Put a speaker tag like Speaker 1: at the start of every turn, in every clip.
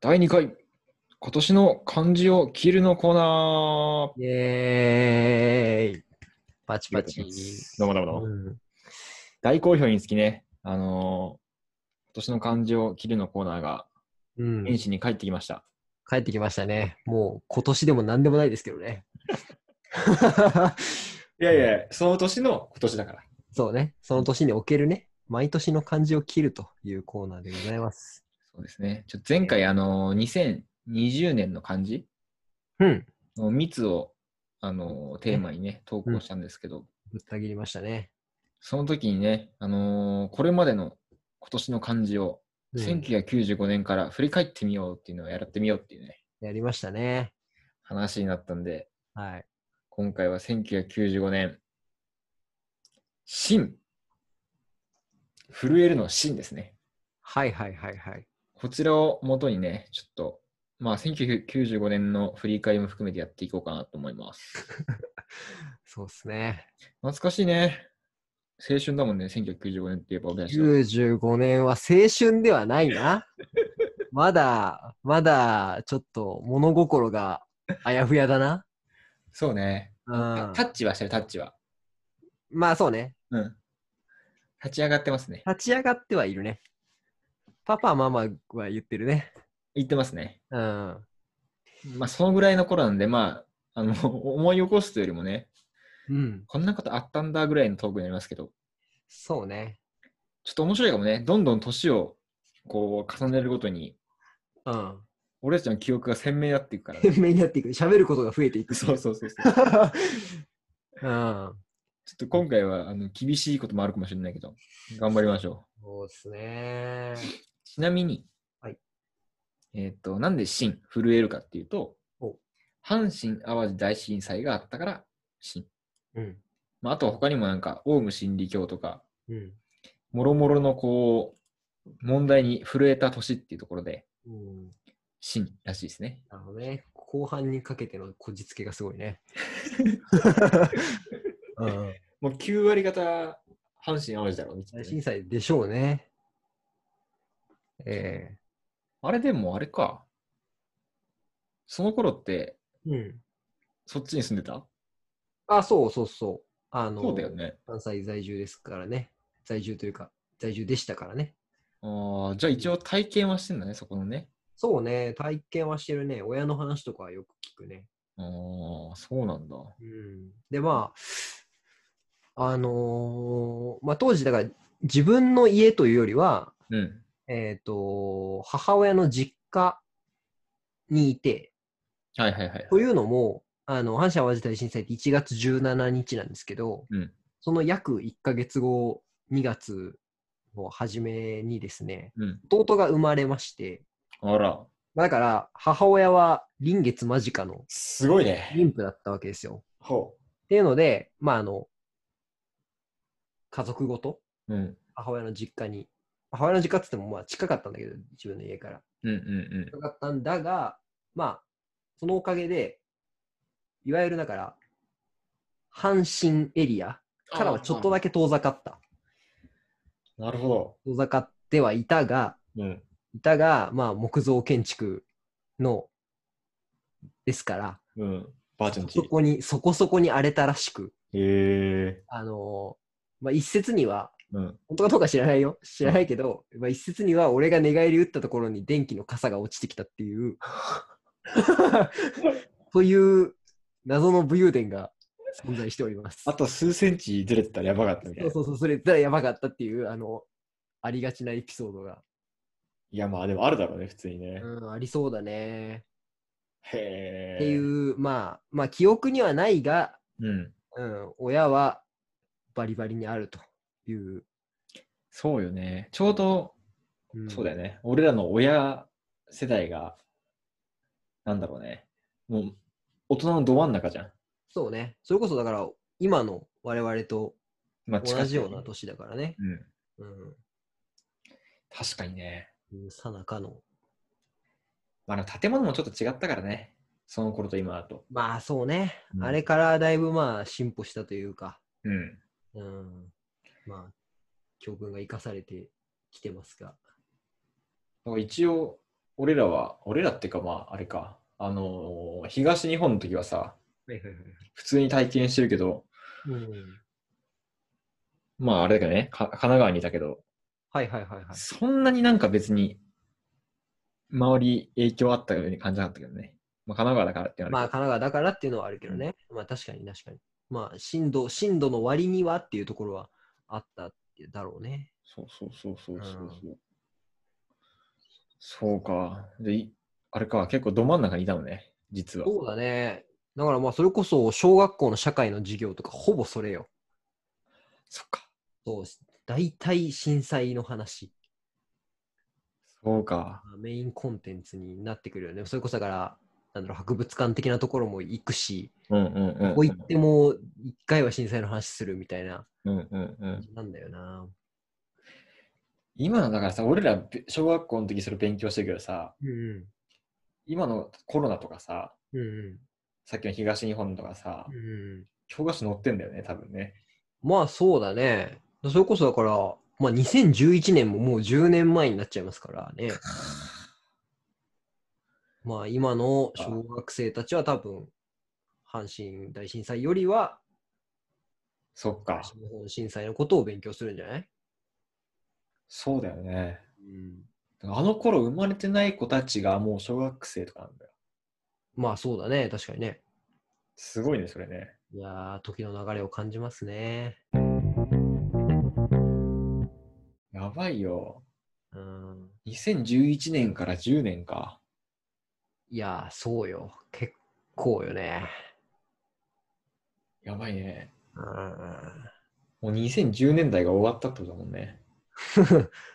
Speaker 1: 第2回、今年の漢字を切るのコーナ
Speaker 2: イエーイパ
Speaker 1: ー
Speaker 2: チパチ。
Speaker 1: どうもどうもどうも。
Speaker 2: うん
Speaker 1: 大好評につきね、あのー今年の漢字を切るのコーナーが、
Speaker 2: うん、
Speaker 1: 年始に帰ってきました。
Speaker 2: 帰ってきましたね。もう今年でも何でもないですけどね。
Speaker 1: いやいや、その年の今年だから。
Speaker 2: そうね。その年におけるね、毎年の漢字を切るというコーナーでございます。
Speaker 1: そうですね。ちょっと前回、あのー2020年の漢字
Speaker 2: うん。
Speaker 1: の密を、あのーテーマにね、投稿したんですけど、
Speaker 2: ぶった切りましたね。
Speaker 1: その時にね、あのーこれまでの今年の漢字を、
Speaker 2: うん
Speaker 1: 1995年から振り返ってみようっていうのをやってみようっていうね、
Speaker 2: やりましたね。
Speaker 1: 話になったんで、
Speaker 2: はい。
Speaker 1: 今回は1995年、新。震えるの新ですね。
Speaker 2: はいはいはいはい。
Speaker 1: こちらを元にね、ちょっと、まあ、1995年の振り返りも含めてやっていこうかなと思います。
Speaker 2: そうですね。
Speaker 1: 懐かしいね。青春だもんね、1995年って言えば俺たちの。
Speaker 2: 95年は青春ではないな。 まだ、まだ、ちょっと物心があやふやだな。
Speaker 1: そうね。
Speaker 2: うん
Speaker 1: タタッチはしてる、タッチは。
Speaker 2: まあそうね。
Speaker 1: うん。立ち上がってますね。
Speaker 2: 立ち上がってはいるね。パパ、ママは言ってるね。
Speaker 1: 言ってますね。
Speaker 2: うん。
Speaker 1: まあ、そのぐらいの頃なんで、まあ、あの、 思い起こすというよりもね、
Speaker 2: うん。
Speaker 1: こんなことあったんだぐらいのトークになりますけど、
Speaker 2: そうね。
Speaker 1: ちょっと面白いかもね。どんどん年をこう重ねるごとに、
Speaker 2: うん。
Speaker 1: 俺たちの記憶が鮮明になっていくから ね。
Speaker 2: 鮮明になっていく。喋ることが増えてい く。
Speaker 1: そうそうそうそう。ちょっ
Speaker 2: うん。
Speaker 1: と今回はあの厳しいこともあるかもしれないけど、頑張りましょ
Speaker 2: そうですね。
Speaker 1: う。ちなみに、
Speaker 2: はい
Speaker 1: えっ、と、なんで新、震えるかっていうと
Speaker 2: お、
Speaker 1: 阪神・淡路大震災があったから新。
Speaker 2: うん。
Speaker 1: まあ、あとは他にもなんか、オウム真理教とか、
Speaker 2: うん。
Speaker 1: もろもろのこう、問題に震えた年っていうところで、
Speaker 2: うん、
Speaker 1: 新らしいですね。
Speaker 2: なるほどね。後半にかけてのこじつけがすごい ね。うん、
Speaker 1: もう9割方、阪神・淡路だろうみたいなね
Speaker 2: 大震災でしょうね。え
Speaker 1: あれでもあれか。その頃って、
Speaker 2: えうん。
Speaker 1: そっちに住んでた
Speaker 2: あ、そうそうそう。あの、
Speaker 1: そうだよね。
Speaker 2: 関西在住ですからね。在住というか、在住でしたからね。
Speaker 1: ああ、じゃあ一応体験はしてんだね、そこのね。
Speaker 2: そうね、体験はしてるね。親の話とかはよく聞くね。
Speaker 1: ああ、そうなんだ。
Speaker 2: うん、で、まあ、あのーまあ当時、だから自分の家というよりは、
Speaker 1: うん。
Speaker 2: えっ、と、母親の実家にいて、
Speaker 1: はいはいはい。
Speaker 2: というのも、あの、阪神・淡路大震災って1月17日なんですけど、
Speaker 1: うん
Speaker 2: その約1ヶ月後、2月の初めにですね、
Speaker 1: うん。
Speaker 2: 弟が生まれまして、
Speaker 1: あら、
Speaker 2: だから母親は臨月間近の
Speaker 1: すごいね。
Speaker 2: 妊婦だったわけですよ。
Speaker 1: ほ
Speaker 2: っていうので、まああの、家族ごと、
Speaker 1: う。うん。
Speaker 2: 母親の実家に、母親の実家って言ってもまあ近かったんだけど、自分の家から。
Speaker 1: うんうん
Speaker 2: 近かったんだが、まあ、そのおかげで、いわゆるだから、阪神エリア
Speaker 1: うん。
Speaker 2: からはちょっと
Speaker 1: だ
Speaker 2: だけ遠ざかった。
Speaker 1: なるほ
Speaker 2: 遠ざかってはいたが、
Speaker 1: ど。うん。
Speaker 2: いたが、まあ木造建築の、ですから、
Speaker 1: うん。ばあちゃん
Speaker 2: そこに、そこそこに荒れたらしく、
Speaker 1: へえ。
Speaker 2: あのーまあ、一説には、
Speaker 1: うん。
Speaker 2: 本当かどうか知らないよ。知らないけど、まあ、一説には俺が寝返り打ったところに電気の傘が落ちてきたっ ていう、という謎の武勇伝が存在しております。
Speaker 1: あと数センチずれてたらやばかったみたい
Speaker 2: そう
Speaker 1: な。
Speaker 2: そうそう、それ言ったらやばかったっていう、あの、ありがちなエピソードが。
Speaker 1: いや、まあでもあるだろうね、普通にね。
Speaker 2: うん、ありそうだね。
Speaker 1: へえ。
Speaker 2: っていう、まあ、まあ、記憶にはないが、
Speaker 1: うん。
Speaker 2: うん、親はバリバリにあるという。
Speaker 1: そうよね。ちょうど
Speaker 2: ん
Speaker 1: そうだよね。俺らの親世代が、なんだろうね。もう、大人のど真ん中じゃん。
Speaker 2: そうね。それこそだから、今の我々と
Speaker 1: まあ、近
Speaker 2: 同
Speaker 1: く
Speaker 2: じような年だからね。
Speaker 1: うん。
Speaker 2: うん。
Speaker 1: 確かにね。
Speaker 2: さなかの。
Speaker 1: まあ、でも建物もちょっと違ったからね。その頃と今だと。
Speaker 2: まあそうね。
Speaker 1: うん
Speaker 2: あれからだいぶまあ進歩したというか、
Speaker 1: うん。
Speaker 2: うん。まあ、教訓が生かされてきてますが。
Speaker 1: だから一応、俺らは、俺らっていうかまあ、あれか、あのー東日本の時はさ、
Speaker 2: はいはいはい。
Speaker 1: 普通に体験してるけど、
Speaker 2: うん。
Speaker 1: まああれだけどね、か神奈川にいたけど、
Speaker 2: はいはいはいはい。
Speaker 1: そんなになんか別に、周り影響あったように感じなかったけどね。まあ神奈川だからって言
Speaker 2: ま
Speaker 1: わ
Speaker 2: あ、
Speaker 1: れ
Speaker 2: 神奈川だからっていうのはあるけどね。まあ、確かに確かに。まあ、震度、震度の割にはっていうところはあっただろうね。
Speaker 1: そうそうそうそうそうそう。そうか。で、いあれか、結構ど真ん中にいたのね、実は。
Speaker 2: そうだね。だからまあ、それこそ小学校の社会の授業とか、ほぼそれよ。
Speaker 1: そっか。
Speaker 2: そう、大体震災の話、
Speaker 1: そうか。
Speaker 2: まあメインコンテンツになってくるよね。それこそだから、なんだろう、博物館的なところも行くし、
Speaker 1: うんうんうん、うん。
Speaker 2: ここ行っても一回は震災の話するみたいな
Speaker 1: うんうんう
Speaker 2: 感
Speaker 1: ん。
Speaker 2: じなんだよな。
Speaker 1: 今のだからさ、俺らべ小学校の時それ勉強してるけどさ、
Speaker 2: うんう
Speaker 1: 今のコロナとかさ、
Speaker 2: ん。うん
Speaker 1: さっきの東日本とかさ
Speaker 2: うん。う、んうん
Speaker 1: 教科書載ってんだよね、多分ね。
Speaker 2: まあそうだね。それこそだから、まあ2011年ももう10年前になっちゃいますからね。まあ今の小学生たちは多分、阪神大震災よりは、
Speaker 1: そっか。
Speaker 2: 東日本震災のことを勉強するんじゃない、
Speaker 1: そうだよね。
Speaker 2: うん、
Speaker 1: あの頃生まれてない子たちがもう小学生とかなんだよ。
Speaker 2: まあそうだね、確かにね。
Speaker 1: すごいね、それね。
Speaker 2: いやー、時の流れを感じますね。
Speaker 1: やばいよ。
Speaker 2: うん、
Speaker 1: 2011年から10年か。
Speaker 2: いやー、そうよ。結構よね。
Speaker 1: やばいね。
Speaker 2: うん
Speaker 1: もう2010年代が終わったってことだもんね。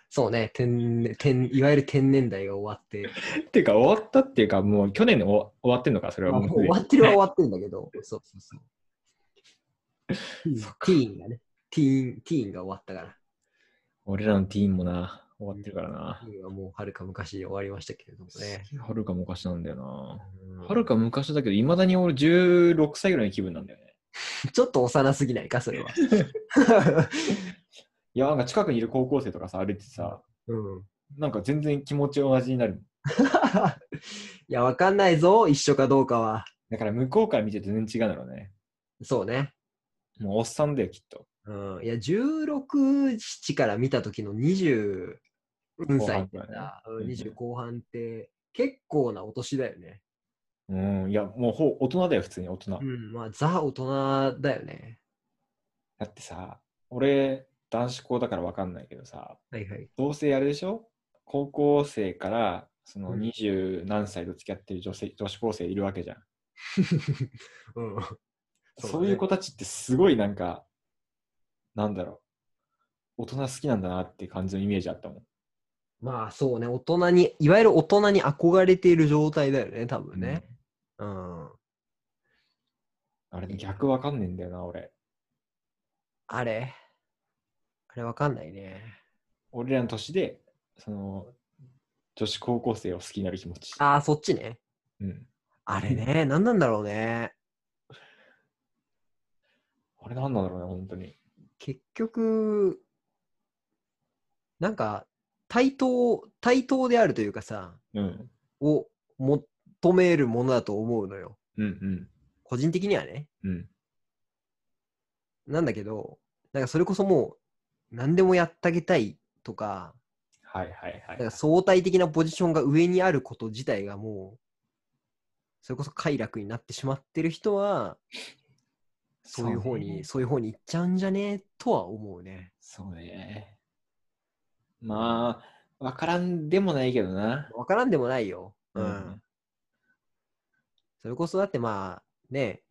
Speaker 2: そうね天然天、いわゆる天然代が終わって。
Speaker 1: っていうか、終わったっていうか、もう去年で終わ終わってんのか、それは
Speaker 2: まあ
Speaker 1: もう
Speaker 2: もう
Speaker 1: すでに。
Speaker 2: 終わってるは終わってるんだけど、そうそうそう。
Speaker 1: そっ
Speaker 2: ティーンがね、ティーン、ティーンが終わったから、
Speaker 1: 俺らのティーンもな、終わってるからな。
Speaker 2: ティーンはもうはるか昔で終わりましたけれどもね。
Speaker 1: はるか昔なんだよな。
Speaker 2: うん
Speaker 1: はるか昔だけど、いまだに俺16歳ぐらいの気分なんだよね。
Speaker 2: ちょっと幼すぎないか、それは。
Speaker 1: いや、なんか近くにいる高校生とかさ、歩いてさ、
Speaker 2: うん、
Speaker 1: な
Speaker 2: なん
Speaker 1: んか全然気持ち同じになる。
Speaker 2: いや、わかんないぞ、一緒かどうかは。
Speaker 1: だから向こうから見てると全然違うんだろうね。
Speaker 2: そうね。
Speaker 1: もうおっさんだよ、きっと。
Speaker 2: うん、いや、16、7から見た時の20、うん歳ってさ、
Speaker 1: ね
Speaker 2: うん20後半って、結構なお年だよね。
Speaker 1: うん、いや、もうほ大人だよ、普通に大人。
Speaker 2: うん、まあ、ザ大人だよね。
Speaker 1: だってさ、俺、男子校だから分かんないけどさ、
Speaker 2: はいはい。
Speaker 1: どうせあれでしょ高校生から、その
Speaker 2: うん
Speaker 1: 二十何歳と付き合ってる女性女子高生いるわけじゃん。
Speaker 2: うん。
Speaker 1: そう,、
Speaker 2: そうね
Speaker 1: いう子たちってすごいなんか、なんだろう、大人好きなんだなって感じのイメージあったもん。
Speaker 2: まあそうね、大人に、いわゆる大人に憧れている状態だよね、多分ね。うん。
Speaker 1: うん。あれ、逆分かんねえんだよな、俺。
Speaker 2: あれあれわかんないね。
Speaker 1: 俺らの年で、その、女子高校生を好きになる気持ち。
Speaker 2: ああ、そっちね。
Speaker 1: うん。
Speaker 2: あれね、何なんだろうね。
Speaker 1: あれなんなんだろうね、本当に。
Speaker 2: 結局、なんか、対等、対等であるというかさ、
Speaker 1: うん。
Speaker 2: を求めるものだと思うのよ。
Speaker 1: うんうん。
Speaker 2: 個人的にはね。
Speaker 1: うん。
Speaker 2: なんだけど、なんかそれこそもう、何でもやってあげたいとか、
Speaker 1: はいはいは
Speaker 2: だから
Speaker 1: い。
Speaker 2: 相対的なポジションが上にあること自体がもう、それこそ快楽になってしまってる人は、そういう方に、そういう方に行っちゃうんじゃねえとは思うね。
Speaker 1: そうね。まあ、わからんでもないけどな。
Speaker 2: わからんでもないよ。うん。
Speaker 1: うん
Speaker 2: それこそだってまあ、ね、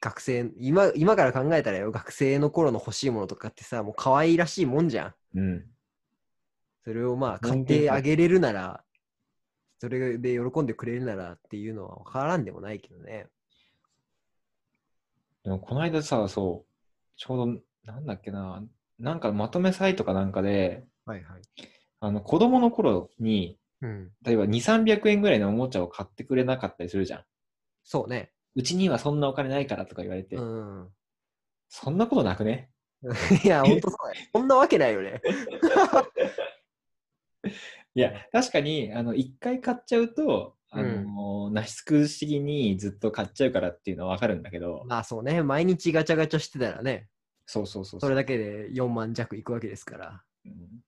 Speaker 2: 学生、今、今から考えたらよ、学生の頃の欲しいものとかってさ、もう可愛らしいもんじゃん。
Speaker 1: うん。
Speaker 2: それをまあ、買
Speaker 1: 人間
Speaker 2: ってあげれるなら、それで喜んでくれるならっていうのはわからんでもないけどね。
Speaker 1: でも、この間さ、そう、ちょうど、なんだっけな、なんかまとめサイトかなんかで、
Speaker 2: はいはい。
Speaker 1: あの、子供の頃に、
Speaker 2: うん。
Speaker 1: 例えば2、300円ぐらいのおもちゃを買ってくれなかったりするじゃん。
Speaker 2: そうね。
Speaker 1: うちにはそんなお金ないからとか言われて、
Speaker 2: うん。
Speaker 1: そんなことなくね
Speaker 2: いや、ほんとそうだよ。そんなわけないよね。
Speaker 1: いや、確かに、あの、一回買っちゃうと、あの、なし崩し的にずっと買っちゃうからっていうのはわかるんだけど、
Speaker 2: まあそうね、毎日ガチャガチャしてたらね、
Speaker 1: そうそうそう
Speaker 2: そうれだけで4万弱いくわけですから。
Speaker 1: うん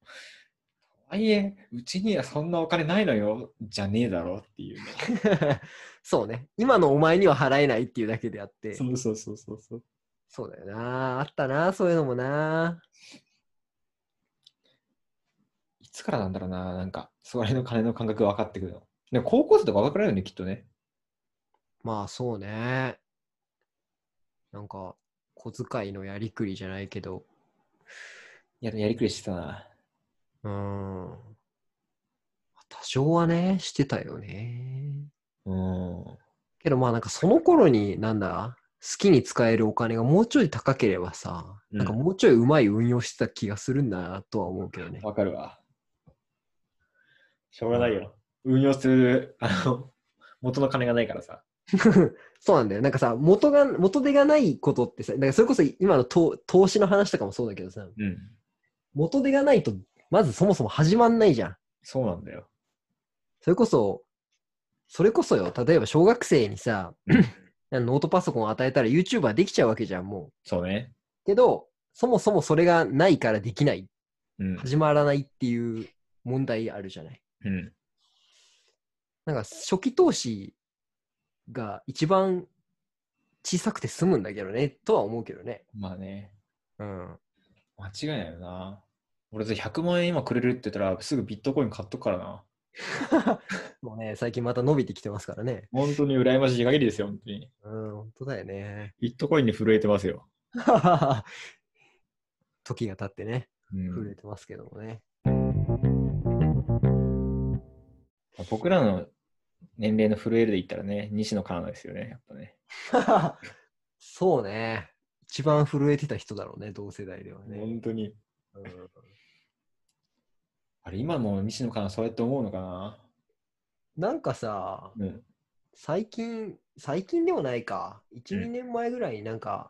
Speaker 1: とはいえ、うちにはそんなお金ないのよ、じゃねえだろっていうね。
Speaker 2: そうね、今のお前には払えないっていうだけであって、
Speaker 1: そうそうそうそうそう。
Speaker 2: そうだよな、あったな、そういうのもな。
Speaker 1: いつからなんだろうな、なんか、それの金の感覚が分かってくるの。でも高校生とか若くないよね、きっとね。
Speaker 2: まあそうね。なんか、小遣いのやりくりじゃないけど、
Speaker 1: いや、やりくりしてたな。
Speaker 2: うーん。多少はね、してたよね。
Speaker 1: うん。
Speaker 2: けどまあなんかその頃に、なんだ、好きに使えるお金がもうちょい高ければさ、
Speaker 1: うん
Speaker 2: なんかもうちょいうまい運用してた気がするんだなとは思うけどね。
Speaker 1: わかるわ。しょうがないよ。運用する、あの、元の金がないからさ。
Speaker 2: そうなんだよ。なんかさ、元が、元手がないことってさ、なんかそれこそ今の投投資の話とかもそうだけどさ、
Speaker 1: うん。
Speaker 2: 元手がないと、まずそもそも始まんないじゃん。
Speaker 1: そうなんだよ。
Speaker 2: それこそ、それこそよ、例えば小学生にさ、
Speaker 1: うん
Speaker 2: ノートパソコンを与えたら YouTuber できちゃうわけじゃん、もう。
Speaker 1: そうね。
Speaker 2: けど、そもそもそれがないからできない、
Speaker 1: うん。
Speaker 2: 始まらないっていう問題あるじゃない。
Speaker 1: うん。
Speaker 2: なんか初期投資が一番小さくて済むんだけどね、とは思うけどね。
Speaker 1: まあね。
Speaker 2: うん。
Speaker 1: 間違いないよな。俺で100万円今くれるって言ったら、すぐビットコイン買っとくからな。
Speaker 2: もうね、最近また伸びてきてますからね。
Speaker 1: 本当に羨ましい限りですよ、本当に。
Speaker 2: うん、本当だよね。
Speaker 1: ビットコインに震えてますよ。
Speaker 2: 時が経ってね。
Speaker 1: う
Speaker 2: 震え
Speaker 1: ん、
Speaker 2: てますけどもね。
Speaker 1: 僕らの年齢の震えるで言ったらね、西野カナですよね、やっぱね。
Speaker 2: そうね。一番震えてた人だろうね、同世代ではね。
Speaker 1: 本当に。
Speaker 2: うん
Speaker 1: あれ、今も西野カナそうやって思うのかな
Speaker 2: なんかさ、
Speaker 1: うん。
Speaker 2: 最近、最近でもないか。
Speaker 1: う
Speaker 2: 1、
Speaker 1: ん
Speaker 2: 2年前ぐらいになんか、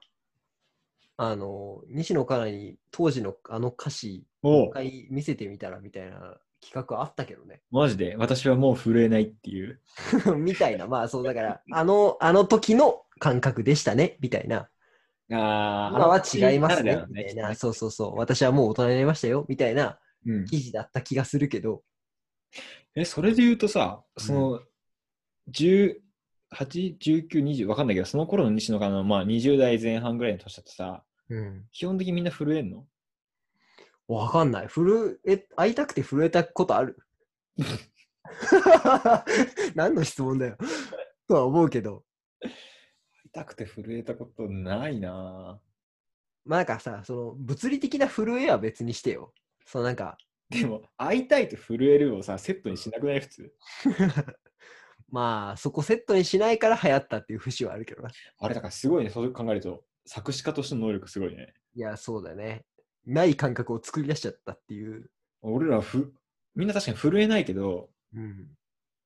Speaker 2: あの、西野カナに当時のあの歌詞、
Speaker 1: お
Speaker 2: 一
Speaker 1: う
Speaker 2: 回見せてみたらみたいな企画あったけどね。
Speaker 1: マジで私はもう震えないっていう。
Speaker 2: みたいな、まあそうだから、あの、あの時の感覚でしたね、みたいな。
Speaker 1: あ
Speaker 2: 今は違いますね、みたいな。
Speaker 1: ね
Speaker 2: そうそうそう。私はもう大人になりましたよ、みたいな
Speaker 1: うん、
Speaker 2: 記事だった気がするけど。
Speaker 1: え、それで言うとさ、その、18、19、20、わかんないけど、その頃の西野カナの、まあ、20代前半ぐらいの年だとさ、
Speaker 2: うん。
Speaker 1: 基本的にみんな震えんの
Speaker 2: わかんない。震え、会いたくて震えたことある 何の質問だよ。とは思うけど。
Speaker 1: 痛くて震えたことないな
Speaker 2: まあなんかさ、その物理的な震えは別にしてよ。そうなんか、
Speaker 1: ぁでも、会いたいと震えるをさ、セットにしなくない普通。
Speaker 2: まあそこセットにしないから流行ったっていう節はあるけどな。
Speaker 1: あれ、だからすごいね、そう考えると、作詞家としての能力すごいね。
Speaker 2: いや、そうだね。ない感覚を作り出しちゃったっていう。
Speaker 1: 俺らふ、みんな確かに震えないけど、
Speaker 2: うん。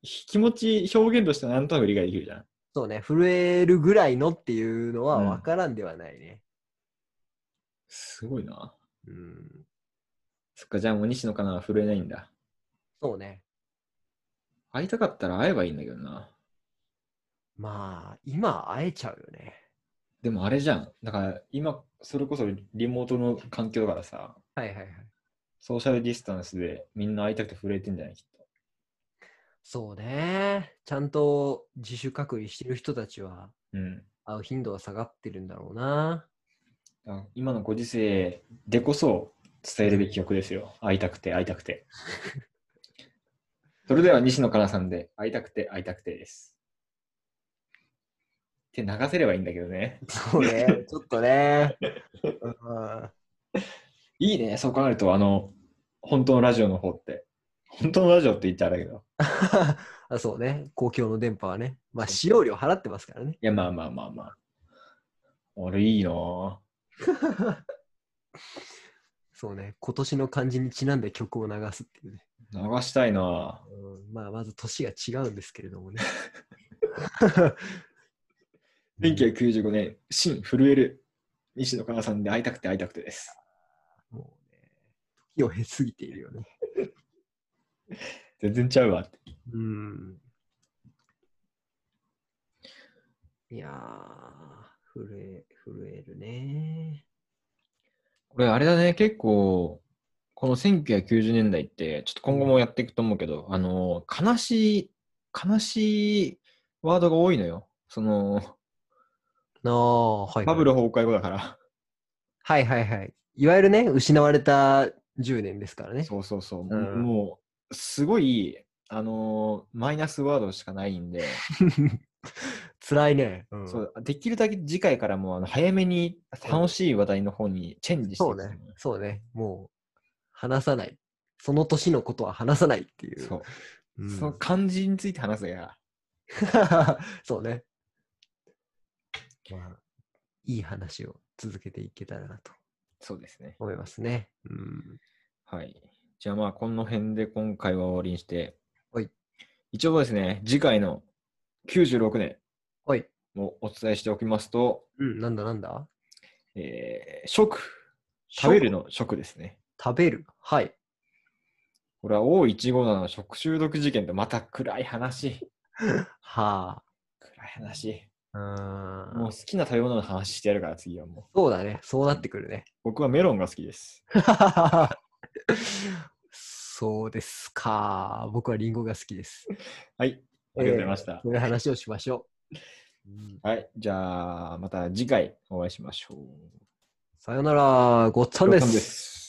Speaker 1: ひ気持ち、表現としてはなんとなく理解できるじゃん。
Speaker 2: そうね、震えるぐらいのっていうのは分からんではないね。
Speaker 1: すごいな
Speaker 2: うん、
Speaker 1: そっか、じゃあもう西野カナは震えないんだ。
Speaker 2: そうね。
Speaker 1: 会いたかったら会えばいいんだけどな。
Speaker 2: まあ、今会えちゃうよね。
Speaker 1: でもあれじゃん。だから今、それこそリモートの環境だからさ、
Speaker 2: はいはいはい。
Speaker 1: ソーシャルディスタンスでみんな会いたくて震えてんじゃないきっと。
Speaker 2: そうね。ちゃんと自主隔離してる人たちは
Speaker 1: うん。
Speaker 2: 会う頻度は下がってるんだろうな。
Speaker 1: だから今のご時世でこそ伝えるべき曲ですよ。会いたくて会いたく て。それでは西野カナさんで会いたくて会いたくてです。って流せればいいんだけどね。
Speaker 2: そう ね。ちょっとね。うん
Speaker 1: いいね、そう考えると、あの、本当のラジオの方って。本当のラジオって言ったらあれだけど。
Speaker 2: あそうね。公共の電波はね。まあ、使用料払ってますからね。
Speaker 1: いや、まあまあまあまあ。俺いいな
Speaker 2: そうね。今年の漢字にちなんで曲を流すっていうね。
Speaker 1: 流したいな
Speaker 2: うんまあ、まず年が違うんですけれども ね。
Speaker 1: 1995年、新震える西野カナさんで会いたくて会いたくてです。
Speaker 2: もうね、時を経過ぎているよね。
Speaker 1: 全然ちゃうわって。
Speaker 2: うん。いやー、震え、震えるね。
Speaker 1: これあれだね、結構、この1990年代って、ちょっと今後もやっていくと思うけど、あの、悲しい、悲しいワードが多いのよ。その、
Speaker 2: ああ、はい、はい。
Speaker 1: バブル崩壊後だから。
Speaker 2: はいはいはい。いわゆるね、失われた10年ですからね。
Speaker 1: そうそうそう。
Speaker 2: うん
Speaker 1: もう、すごい、あの、マイナスワードしかないんで、
Speaker 2: 辛いね。うん
Speaker 1: そうできるだけ次回からもうあの早めに楽しい話題の方にチェンジしてい
Speaker 2: そう
Speaker 1: く
Speaker 2: ね。そうね。もう、話さない。その年のことは話さないっていう。
Speaker 1: そう。
Speaker 2: うん
Speaker 1: その漢字について話すや。
Speaker 2: そうね。まあ、いい話を続けていけたらなと
Speaker 1: そうですね。
Speaker 2: 思いますね。うん。
Speaker 1: はい。じゃあまあ、この辺で今回は終わりにして。
Speaker 2: はい。
Speaker 1: 一応ですね、次回の96年
Speaker 2: おい。
Speaker 1: をお伝えしておきますと、
Speaker 2: うん、なんだなんだ
Speaker 1: えー、食。食べるの食ですね。
Speaker 2: 食べる。はい。
Speaker 1: これは O157 の食中毒事件とまた暗い話。
Speaker 2: は
Speaker 1: 暗い話。
Speaker 2: あ。うー。
Speaker 1: もうん好きな食べ物の話してやるから次はもう。
Speaker 2: そうだね。そうなってく るね。
Speaker 1: 僕はメロンが好きです。
Speaker 2: そうですか。僕はリンゴが好きです。
Speaker 1: はい。ありがとうございました。
Speaker 2: えーそういう話をしましょう。うん
Speaker 1: はい。じゃあ、また次回お会いしましょう。
Speaker 2: さよなら、ごっつぁんです。
Speaker 1: す。